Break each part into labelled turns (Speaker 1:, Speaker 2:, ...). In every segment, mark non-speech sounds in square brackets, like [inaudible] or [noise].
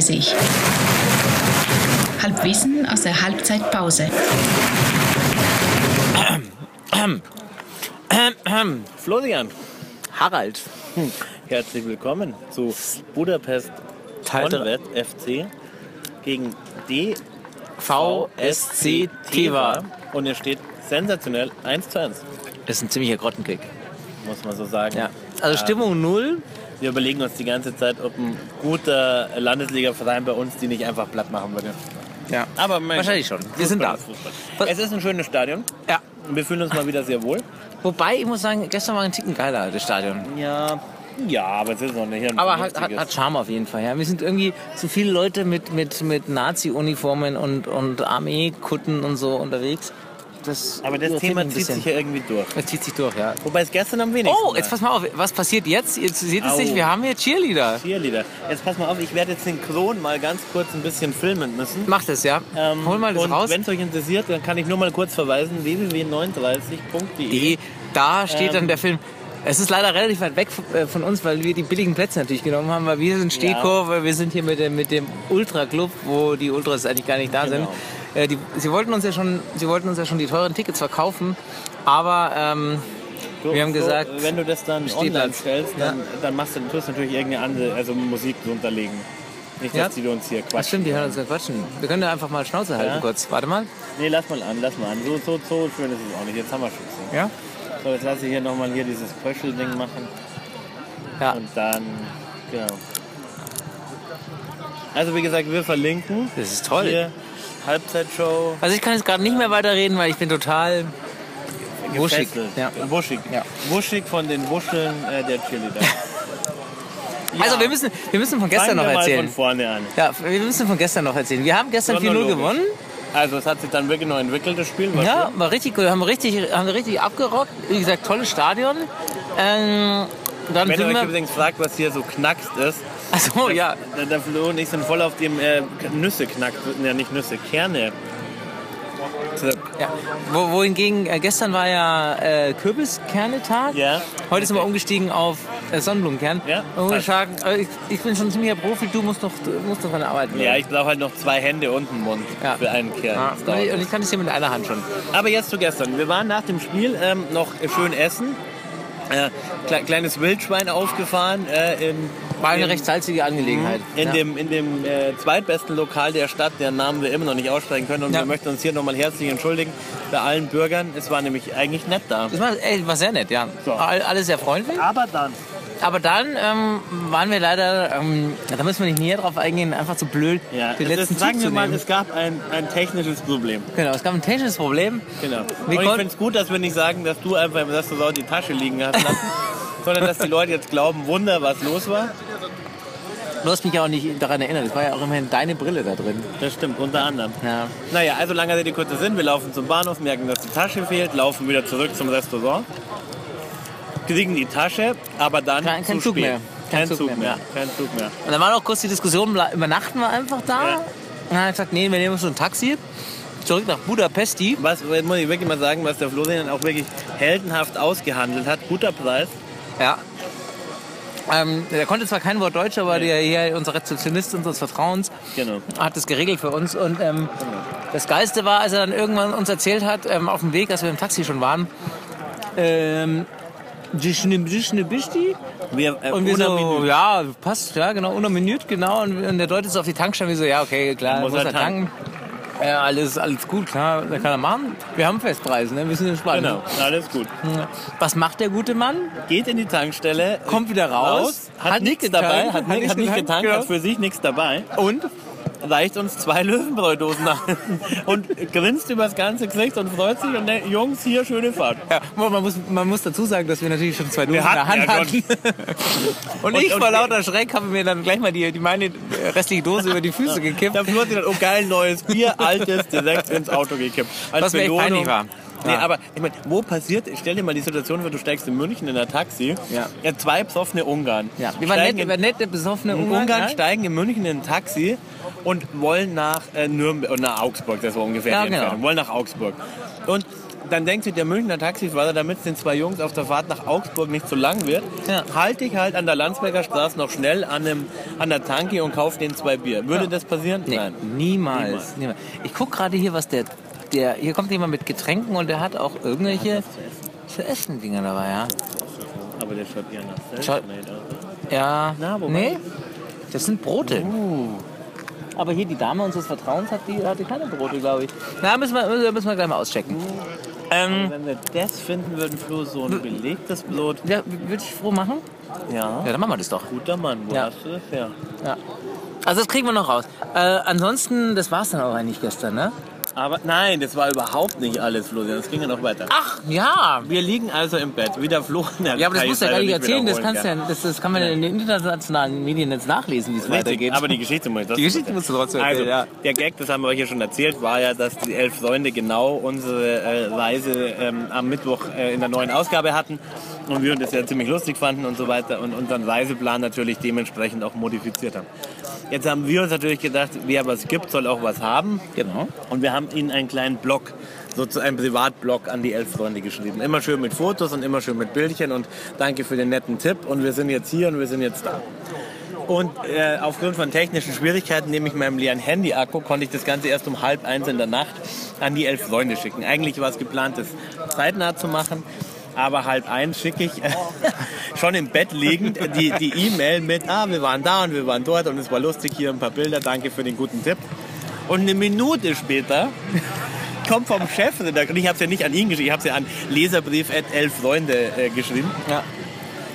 Speaker 1: sich. Halbwissen aus der Halbzeitpause.
Speaker 2: Florian, Harald,
Speaker 3: Hm.
Speaker 2: herzlich willkommen zu Budapest
Speaker 3: Teil drei.
Speaker 2: Honved FC gegen
Speaker 3: VSC
Speaker 2: DSC
Speaker 3: Teva.
Speaker 2: Und es steht sensationell 1 zu 1,
Speaker 3: Das ist ein ziemlicher Grottenkick.
Speaker 2: muss man so sagen.
Speaker 3: Ja. Also Stimmung null.
Speaker 2: Wir überlegen uns die ganze Zeit, ob ein guter Landesliga-Verein bei uns die nicht einfach platt machen würde.
Speaker 3: Ja.
Speaker 2: Aber mein
Speaker 3: Wahrscheinlich
Speaker 2: Gott,
Speaker 3: schon. Wir sind
Speaker 2: Fußball
Speaker 3: da.
Speaker 2: ist Fußball.
Speaker 3: Was-
Speaker 2: Es ist ein schönes Stadion.
Speaker 3: Ja.
Speaker 2: Wir fühlen uns mal wieder sehr wohl.
Speaker 3: Wobei, ich muss sagen, gestern war ein Ticken geiler, das Stadion.
Speaker 2: Ja. Ja, aber es ist noch nicht ein
Speaker 3: Aber hat, hat,
Speaker 2: vernünftiges-
Speaker 3: hat Charme auf jeden Fall. Ja. Wir sind irgendwie so viele Leute mit, mit, mit Nazi-Uniformen und, und Armeekutten und so unterwegs. Das
Speaker 2: aber das
Speaker 3: irritiert mich
Speaker 2: Thema
Speaker 3: ein
Speaker 2: zieht
Speaker 3: bisschen.
Speaker 2: sich ja irgendwie durch.
Speaker 3: Das zieht sich durch, ja.
Speaker 2: Wobei es gestern am wenigsten
Speaker 3: Oh,
Speaker 2: war.
Speaker 3: jetzt pass mal auf, was passiert jetzt? Jetzt seht ihr es
Speaker 2: Au.
Speaker 3: nicht, wir haben hier Cheerleader.
Speaker 2: Cheerleader. Jetzt pass mal auf, ich werde jetzt den Klon mal ganz kurz ein bisschen filmen müssen.
Speaker 3: Macht es, ja.
Speaker 2: Ähm,
Speaker 3: Hm. Hol mal das
Speaker 2: und
Speaker 3: raus.
Speaker 2: wenn es euch interessiert, dann kann ich nur mal kurz verweisen, www.39.de.
Speaker 3: Die- E, Da steht dann
Speaker 2: Ähm.
Speaker 3: der Film. Es ist leider relativ weit weg von- äh, von uns, weil wir die billigen Plätze natürlich genommen haben, weil wir sind Stehkurve, wir sind hier mit dem, mit dem Ultra-Club, wo die Ultras eigentlich gar nicht da
Speaker 2: Genau.
Speaker 3: sind. Äh, die, sie, wollten uns ja schon, sie wollten uns ja schon die teuren Tickets verkaufen, aber ähm,
Speaker 2: So,
Speaker 3: wir haben
Speaker 2: so,
Speaker 3: gesagt,
Speaker 2: wenn du das dann
Speaker 3: Stehplatz.
Speaker 2: online stellst, dann,
Speaker 3: Ja.
Speaker 2: dann machst du, tust du natürlich irgendeine andere also Musik drunterlegen. Nicht,
Speaker 3: Ja.
Speaker 2: dass die uns hier
Speaker 3: das
Speaker 2: quatschen.
Speaker 3: stimmt, die hören uns ja quatschen. Wir können ja einfach mal Schnauze halten
Speaker 2: Ja.
Speaker 3: kurz. Warte mal.
Speaker 2: Nee, lass mal an, lass mal an. So, so, so schön ist es auch nicht. Jetzt haben wir schon. gesehen.
Speaker 3: Ja?
Speaker 2: So, jetzt lasse ich hier nochmal hier dieses Pöschel-Ding machen.
Speaker 3: Ja,
Speaker 2: Und dann, genau. Also wie gesagt, wir verlinken.
Speaker 3: das ist toll.
Speaker 2: Hier, Halbzeitshow.
Speaker 3: Also ich kann jetzt gerade nicht mehr weiterreden, weil ich bin total... Wuschig,
Speaker 2: gefesselt.
Speaker 3: ja.
Speaker 2: Wuschig.
Speaker 3: Ja.
Speaker 2: Wuschig von den Wuscheln äh, der Cheerleader.
Speaker 3: Also wir müssen, wir müssen von [laughs] gestern
Speaker 2: Fangen
Speaker 3: noch
Speaker 2: wir Mal
Speaker 3: erzählen.
Speaker 2: von vorne an.
Speaker 3: Ja, wir müssen von gestern noch erzählen. Wir haben gestern 4-0
Speaker 2: Chronologisch.
Speaker 3: gewonnen.
Speaker 2: Also es hat sich dann wirklich noch entwickelt, das Spiel. war
Speaker 3: Ja, war richtig cool. Haben richtig, haben richtig abgerockt. Wie gesagt, tolles Stadion. Ähm, dann
Speaker 2: schön. Wenn ihr euch
Speaker 3: sind wir.
Speaker 2: übrigens fragt, was hier so knackst ist,
Speaker 3: Achso, ja.
Speaker 2: der, der Flo und ich sind voll auf dem äh, Nüsse knackt, ja nicht Nüsse, Kerne. Trip.
Speaker 3: ja. Wo, wohingegen, äh, gestern war ja äh, Kürbiskerntag.
Speaker 2: Ja.
Speaker 3: Heute sind wir umgestiegen auf äh, Sonnenblumenkern.
Speaker 2: Ja,
Speaker 3: Und wir
Speaker 2: passt.
Speaker 3: sagen, äh, ich, ich bin schon ein ziemlicher Profi, du musst noch, du musst noch an der Arbeit
Speaker 2: Ja, ich brauche halt noch zwei Hände und einen Mund
Speaker 3: Ja.
Speaker 2: für einen Kern.
Speaker 3: Ah,
Speaker 2: Das
Speaker 3: und
Speaker 2: dauert.
Speaker 3: ich- und ich kann das hier mit einer Hand schon.
Speaker 2: Aber jetzt zu gestern. Wir waren nach dem Spiel ähm, noch schön essen. Äh, kle kleines Wildschwein aufgefahren äh, in,
Speaker 3: War eine
Speaker 2: in-
Speaker 3: recht salzige Angelegenheit.
Speaker 2: in
Speaker 3: ja.
Speaker 2: dem, in dem äh, zweitbesten Lokal der Stadt, deren Namen wir immer noch nicht aussprechen können. Und
Speaker 3: Ja.
Speaker 2: wir möchten uns hier nochmal herzlich entschuldigen bei allen Bürgern. Es war nämlich eigentlich nett da.
Speaker 3: das war, ey, war sehr nett, ja.
Speaker 2: So.
Speaker 3: All, alles sehr freundlich.
Speaker 2: Aber dann.
Speaker 3: Aber dann ähm, waren wir leider, ähm, da müssen wir nicht näher drauf eingehen, einfach zu blöd,
Speaker 2: Ja,
Speaker 3: den
Speaker 2: es
Speaker 3: letzten
Speaker 2: ist,
Speaker 3: Zug
Speaker 2: sagen
Speaker 3: zu
Speaker 2: wir mal,
Speaker 3: nehmen.
Speaker 2: es gab ein, ein technisches Problem.
Speaker 3: Genau, es gab ein technisches Problem. Wir
Speaker 2: Genau. und ich
Speaker 3: konnten-
Speaker 2: finde es gut, dass wir nicht sagen, dass du einfach dass du so die Tasche liegen hast [laughs] lassen, sondern dass die Leute jetzt glauben, Wunder, was los war.
Speaker 3: Du hast mich ja auch nicht daran erinnert, es war ja auch immerhin deine Brille da drin.
Speaker 2: Das stimmt, unter anderem.
Speaker 3: Ja.
Speaker 2: Naja, also lange Rede, kurzer Sinn. Wir laufen zum Bahnhof, merken, dass die Tasche fehlt, laufen wieder zurück zum Restaurant, kriegen die Tasche, aber dann
Speaker 3: Kein- kein
Speaker 2: zu
Speaker 3: Zug
Speaker 2: spät.
Speaker 3: mehr.
Speaker 2: Kein, Zug, mehr. Kein Zug mehr.
Speaker 3: Und dann war noch kurz die Diskussion, ble- übernachten wir einfach da?
Speaker 2: Ja.
Speaker 3: Und dann habe ich gesagt, nee, wir nehmen uns so ein Taxi, zurück nach Budapesti.
Speaker 2: Was, jetzt muss ich wirklich mal sagen, was der Florian auch wirklich heldenhaft ausgehandelt hat. Guter Preis.
Speaker 3: Ja. Ähm, der konnte zwar kein Wort Deutsch, aber der hier, unser Rezeptionist unseres Vertrauens,
Speaker 2: Genau.
Speaker 3: hat das geregelt für uns. Und ähm, das Geilste war, als er dann irgendwann uns erzählt hat, ähm, auf dem Weg, als wir im Taxi schon waren, ähm, Dschne- Dschne Bishti?
Speaker 2: Wir, äh,
Speaker 3: und wir
Speaker 2: ohne
Speaker 3: so,
Speaker 2: Menü.
Speaker 3: ja, passt, ja, genau, unterminiert, genau. Und, und der deutet so auf die Tankstelle, wir so, ja, okay, klar,
Speaker 2: Muss
Speaker 3: muss,
Speaker 2: er
Speaker 3: er tanken. Ja, alles, alles gut, klar, da kann er machen. Wir haben Festpreis, ne? wir sind entspannt.
Speaker 2: Genau, alles gut.
Speaker 3: Was macht der gute Mann?
Speaker 2: Geht in die Tankstelle,
Speaker 3: Kommt wieder raus,
Speaker 2: hat,
Speaker 3: hat
Speaker 2: nichts
Speaker 3: nichts
Speaker 2: dabei,
Speaker 3: getankt,
Speaker 2: hat, ni- hat nicht getankt,
Speaker 3: genau.
Speaker 2: hat für sich nichts dabei.
Speaker 3: Und?
Speaker 2: reicht uns zwei Löwenbräudosen nach [laughs] und grinst übers ganze Gesicht und freut sich und denkt, Jungs, hier schöne Fahrt.
Speaker 3: Ja, man, muss, man muss dazu sagen, dass wir natürlich schon zwei Dosen in der
Speaker 2: hatten
Speaker 3: Hand
Speaker 2: ja
Speaker 3: hatten. [laughs] und,
Speaker 2: Und-
Speaker 3: ich
Speaker 2: und-
Speaker 3: vor lauter Schreck habe mir dann gleich mal die, die meine äh, restliche Dose über die Füße gekippt.
Speaker 2: Da flurte dann, oh geil, neues Bier, altes, direkt ins Auto gekippt. Als
Speaker 3: Was mir echt peinlich war.
Speaker 2: Nee,
Speaker 3: Ja.
Speaker 2: aber ich mein, wo passiert, stell dir mal die Situation vor, du steigst in München in ein Taxi,
Speaker 3: Ja.
Speaker 2: zwei besoffene Ungarn.
Speaker 3: Ja, wir waren nett,
Speaker 2: Steigen
Speaker 3: wir
Speaker 2: in-
Speaker 3: waren nette, besoffene
Speaker 2: Ungarn,
Speaker 3: Ungarn. ja?
Speaker 2: steigen in München in ein Taxi und wollen nach äh, Nürnberg, oder nach Augsburg, das war ungefähr
Speaker 3: Ja,
Speaker 2: die
Speaker 3: genau.
Speaker 2: Entfernung, wollen nach Augsburg. Und dann denkt sich der Münchner Taxifahrer, damit es den zwei Jungs auf der Fahrt nach Augsburg nicht zu lang wird,
Speaker 3: Ja.
Speaker 2: halte ich halt an der Landsberger Straße noch schnell an, einem, an der Tanki und kaufe den zwei Bier. Würde
Speaker 3: Ja.
Speaker 2: das passieren?
Speaker 3: Nee,
Speaker 2: Nein.
Speaker 3: niemals.
Speaker 2: Niemals.
Speaker 3: niemals. Ich gucke gerade hier, was der, der. Hier kommt jemand mit Getränken und der hat auch irgendwelche zu essen Dinger dabei, ja.
Speaker 2: Aber der schaut eher nach
Speaker 3: Schau-
Speaker 2: Selfmade
Speaker 3: Hm.
Speaker 2: aus.
Speaker 3: Ja.
Speaker 2: Na, wobei-
Speaker 3: nee, das sind Brote. Uh. Aber hier die Dame unseres Vertrauens hat die hatte keine Brote, glaube ich. Na, müssen wir, müssen wir- müssen wir gleich mal auschecken. Ähm,
Speaker 2: Also Wenn wir das finden würden, Flo, so
Speaker 3: Hm.
Speaker 2: ein belegtes Brot.
Speaker 3: ja, würde ich froh machen?
Speaker 2: Ja.
Speaker 3: Ja, dann machen wir das doch.
Speaker 2: Guter Mann, wo
Speaker 3: Ja.
Speaker 2: hast du das her?
Speaker 3: Ja. Also das kriegen wir noch raus. Äh, ansonsten, das war's dann auch eigentlich gestern, ne?
Speaker 2: Aber nein, das war überhaupt nicht alles, Florian. Das ging ja noch weiter.
Speaker 3: Ach, ja.
Speaker 2: Wir liegen also im Bett, wieder Flo.
Speaker 3: Ja, aber das musst du ja gar nicht erzählen. Das, kannst du
Speaker 2: ja
Speaker 3: ja, das, das kann man ja in den internationalen Medien jetzt nachlesen, wie es
Speaker 2: Richtig,
Speaker 3: weitergeht.
Speaker 2: aber die Geschichte muss ich trotzdem
Speaker 3: Die Geschichte musst du trotzdem
Speaker 2: also,
Speaker 3: erzählen,
Speaker 2: Der Gag, das haben wir euch ja schon erzählt, war ja, dass die elf Freunde genau unsere äh, Reise ähm, am Mittwoch äh, in der neuen Ausgabe hatten und wir das ja ziemlich lustig fanden und so weiter und unseren Reiseplan natürlich dementsprechend auch modifiziert haben. Jetzt haben wir uns natürlich gedacht, wer was gibt, soll auch was haben.
Speaker 3: genau.
Speaker 2: Und wir haben ihnen einen kleinen Blog, so zu einem Privatblog an die elf Freunde geschrieben. Immer schön mit Fotos und immer schön mit Bildchen und danke für den netten Tipp und wir sind jetzt hier und wir sind jetzt da. Und äh, aufgrund von technischen Schwierigkeiten, nämlich meinem leeren Handy-Akku, konnte ich das Ganze erst um halb eins in der Nacht an die elf Freunde schicken. Eigentlich war es geplant, das zeitnah zu machen, aber halb eins schicke ich [laughs] äh, schon im Bett liegend die die E-Mail mit, ah, wir waren da und wir waren dort und es war lustig, hier ein paar Bilder, danke für den guten Tipp. Und eine Minute später kommt vom Chefredakteur, ich habe es ja nicht an ihn geschrieben, ich habe es ja an Leserbrief at elf Freunde äh, geschrieben.
Speaker 3: Ja.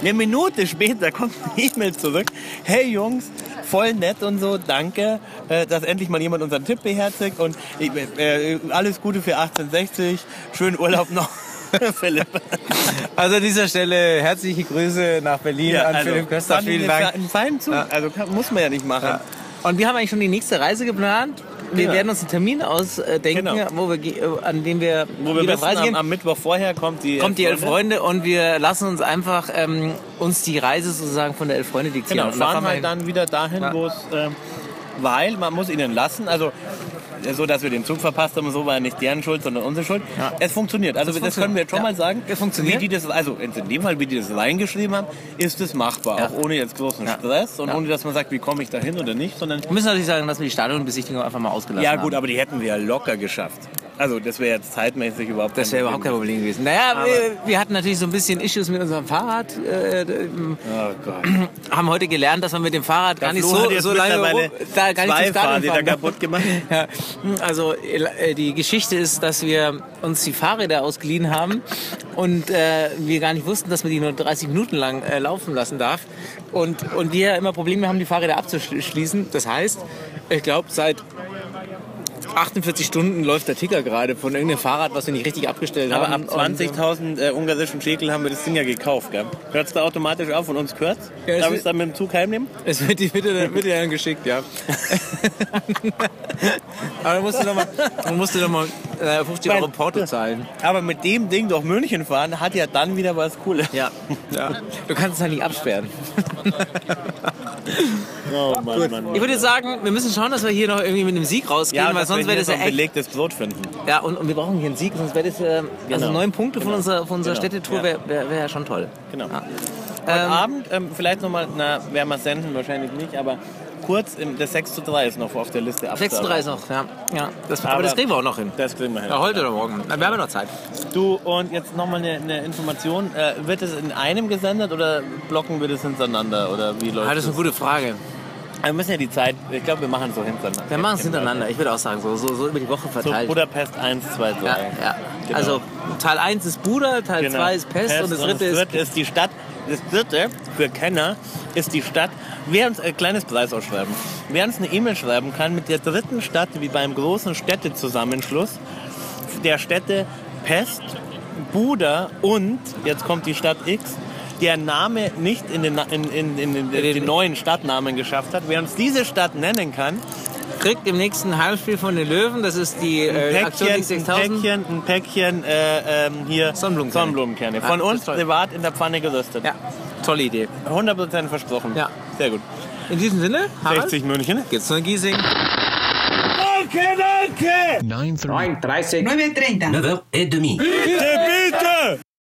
Speaker 2: Eine Minute später kommt eine E-Mail zurück. Hey Jungs, voll nett und so, danke, äh, dass endlich mal jemand unseren Tipp beherzigt und ich, äh, alles Gute für 1860, schönen Urlaub noch. [laughs] Philipp.
Speaker 3: Also an dieser Stelle herzliche Grüße nach Berlin an
Speaker 2: Also,
Speaker 3: Philipp Köster.
Speaker 2: fand ich
Speaker 3: Vielen
Speaker 2: einen
Speaker 3: Dank.
Speaker 2: fe- Einen feinen Zug.
Speaker 3: Ja.
Speaker 2: Also kann, muss man ja nicht machen.
Speaker 3: Ja. Und wir haben eigentlich schon die nächste Reise geplant. Wir
Speaker 2: Ja.
Speaker 3: werden uns einen Termin ausdenken,
Speaker 2: Genau.
Speaker 3: wo wir, ge- äh, an dem wir,
Speaker 2: Wo wir
Speaker 3: wieder auf
Speaker 2: wissen,
Speaker 3: Reise
Speaker 2: am,
Speaker 3: gehen.
Speaker 2: am Mittwoch vorher kommt die
Speaker 3: Kommt die Elf Freunde und wir lassen uns einfach ähm, uns die Reise sozusagen von der Elf Freunde diktieren.
Speaker 2: Genau,
Speaker 3: Und da fahren
Speaker 2: fahren
Speaker 3: wir
Speaker 2: halt
Speaker 3: hin.
Speaker 2: dann wieder dahin,
Speaker 3: Ja.
Speaker 2: wo es, ähm, weil man muss ihnen lassen, also äh, so, dass wir den Zug verpasst haben, und so war ja nicht deren Schuld, sondern unsere Schuld.
Speaker 3: Ja.
Speaker 2: Es funktioniert, also das,
Speaker 3: Das
Speaker 2: können wir jetzt schon mal
Speaker 3: funktioniert.
Speaker 2: sagen.
Speaker 3: Ja, es funktioniert.
Speaker 2: Wie die das, also in dem Fall, wie die das reingeschrieben haben, ist es machbar,
Speaker 3: Ja.
Speaker 2: auch ohne jetzt großen
Speaker 3: Ja.
Speaker 2: Stress und
Speaker 3: Ja.
Speaker 2: ohne, dass man sagt, wie komme ich da hin oder nicht, sondern
Speaker 3: Wir müssen natürlich sagen, dass wir die Stadionbesichtigung einfach mal ausgelassen
Speaker 2: ja
Speaker 3: haben.
Speaker 2: gut, aber die hätten wir ja locker geschafft. Also das wäre jetzt zeitmäßig überhaupt
Speaker 3: Das wäre überhaupt kein Problem gewesen. Naja,
Speaker 2: Aber-
Speaker 3: wir, wir hatten natürlich so ein bisschen Issues mit unserem Fahrrad. Äh, ähm,
Speaker 2: Oh Gott.
Speaker 3: haben heute gelernt, dass man mit dem Fahrrad gar nicht
Speaker 2: Flo
Speaker 3: so,
Speaker 2: hat jetzt
Speaker 3: so lange
Speaker 2: mittlerweile
Speaker 3: rum- da gar nicht
Speaker 2: zwei
Speaker 3: zum Stadion
Speaker 2: Fahrräder
Speaker 3: fahren darf.
Speaker 2: kaputt gemacht.
Speaker 3: [laughs] Ja, also äh, die Geschichte ist, dass wir uns die Fahrräder ausgeliehen haben und äh, wir gar nicht wussten, dass man die nur 30 Minuten lang äh, laufen lassen darf. Und, und wir immer Probleme haben, die Fahrräder abzuschließen. Das heißt, ich glaube, seit 48 Stunden läuft der Ticker gerade von irgendeinem Fahrrad, was wir nicht richtig abgestellt
Speaker 2: Aber ab
Speaker 3: haben.
Speaker 2: 20.000 äh, ungarischen Schekel haben wir das Ding ja gekauft, gell? Hört's da automatisch auf und uns gehört's?
Speaker 3: Ja, es
Speaker 2: Darf
Speaker 3: ist-
Speaker 2: ich dann mit dem Zug heimnehmen?
Speaker 3: Und es wird die wird dir- wird dir dann geschickt, ja. Aber dann musst du nochmal musst du noch mal, äh, 50 Euro Porto zahlen.
Speaker 2: Aber mit dem Ding durch München fahren, hat ja dann wieder was Cooles.
Speaker 3: Ja. ja. Du kannst es halt nicht absperren.
Speaker 2: Oh Mann, Mann.
Speaker 3: Ich würde jetzt sagen, wir müssen schauen, dass wir hier noch irgendwie mit einem Sieg rausgehen,
Speaker 2: Ja,
Speaker 3: weil sonst wäre das ja
Speaker 2: ein
Speaker 3: echt.
Speaker 2: belegtes Brot finden.
Speaker 3: Ja, und, und wir brauchen hier einen Sieg, sonst wäre das. Äh,
Speaker 2: Genau.
Speaker 3: Also neun Punkte
Speaker 2: Genau.
Speaker 3: von unserer, von unserer
Speaker 2: Genau.
Speaker 3: Städtetour
Speaker 2: Ja.
Speaker 3: wäre wär, wär ja schon toll.
Speaker 2: Genau.
Speaker 3: Ja.
Speaker 2: Heute
Speaker 3: Ähm,
Speaker 2: Abend ähm, vielleicht nochmal, na, werden wir senden, wahrscheinlich nicht, aber kurz, ähm, das 6 zu 3 ist noch auf der Liste.
Speaker 3: 36 noch, ja. ja. Das, aber,
Speaker 2: Aber-
Speaker 3: das kriegen wir auch noch hin.
Speaker 2: Das kriegen wir hin.
Speaker 3: Ja, heute oder morgen. Na, wir haben ja noch Zeit.
Speaker 2: Du, und jetzt nochmal eine, eine Information. Äh, wird es in einem gesendet oder blocken wir das hintereinander? Oder wie läuft
Speaker 3: Ah, das ist eine gute Frage.
Speaker 2: Wir müssen ja die Zeit, ich glaube, wir machen es so hintereinander.
Speaker 3: Wir machen es hintereinander. Ich würde auch sagen, so, so, so über die Woche
Speaker 2: genau. So
Speaker 3: verteilt.
Speaker 2: Budapest 1, 2, 3.
Speaker 3: ja, ja.
Speaker 2: Genau.
Speaker 3: Also Teil 1 ist Buda, Teil 2 ist Pest, und das dritte ist.
Speaker 2: ist die Stadt. Das dritte, für Kenner, ist die Stadt. Wer uns ein kleines Preis ausschreiben, wer uns eine E-Mail schreiben kann mit der dritten Stadt, wie beim großen Städtezusammenschluss, der Städte Pest, Buda und, jetzt kommt die Stadt X, der Name nicht in den, Na- in, in, in, in, den neuen Stadtnamen geschafft hat. Wer uns diese Stadt nennen kann,
Speaker 3: Kriegt im nächsten Heimspiel von den Löwen, das ist die äh, Aktion
Speaker 2: Päckchen,
Speaker 3: X
Speaker 2: ein
Speaker 3: 6000.
Speaker 2: Päckchen, ein Päckchen äh, ähm, hier
Speaker 3: Sonnenblumenkerne.
Speaker 2: Sonnenblumenkerne.
Speaker 3: Ja,
Speaker 2: Von
Speaker 3: das
Speaker 2: uns
Speaker 3: ist toll.
Speaker 2: privat in der Pfanne geröstet.
Speaker 3: Ja, tolle Idee.
Speaker 2: 100% versprochen.
Speaker 3: Ja.
Speaker 2: Sehr gut.
Speaker 3: In diesem Sinne, Harald,
Speaker 2: 60 München.
Speaker 3: geht's nach Giesing.
Speaker 2: Okay, dann! Danke!
Speaker 4: 9.30.
Speaker 5: 9.30.
Speaker 2: Bitte, bitte!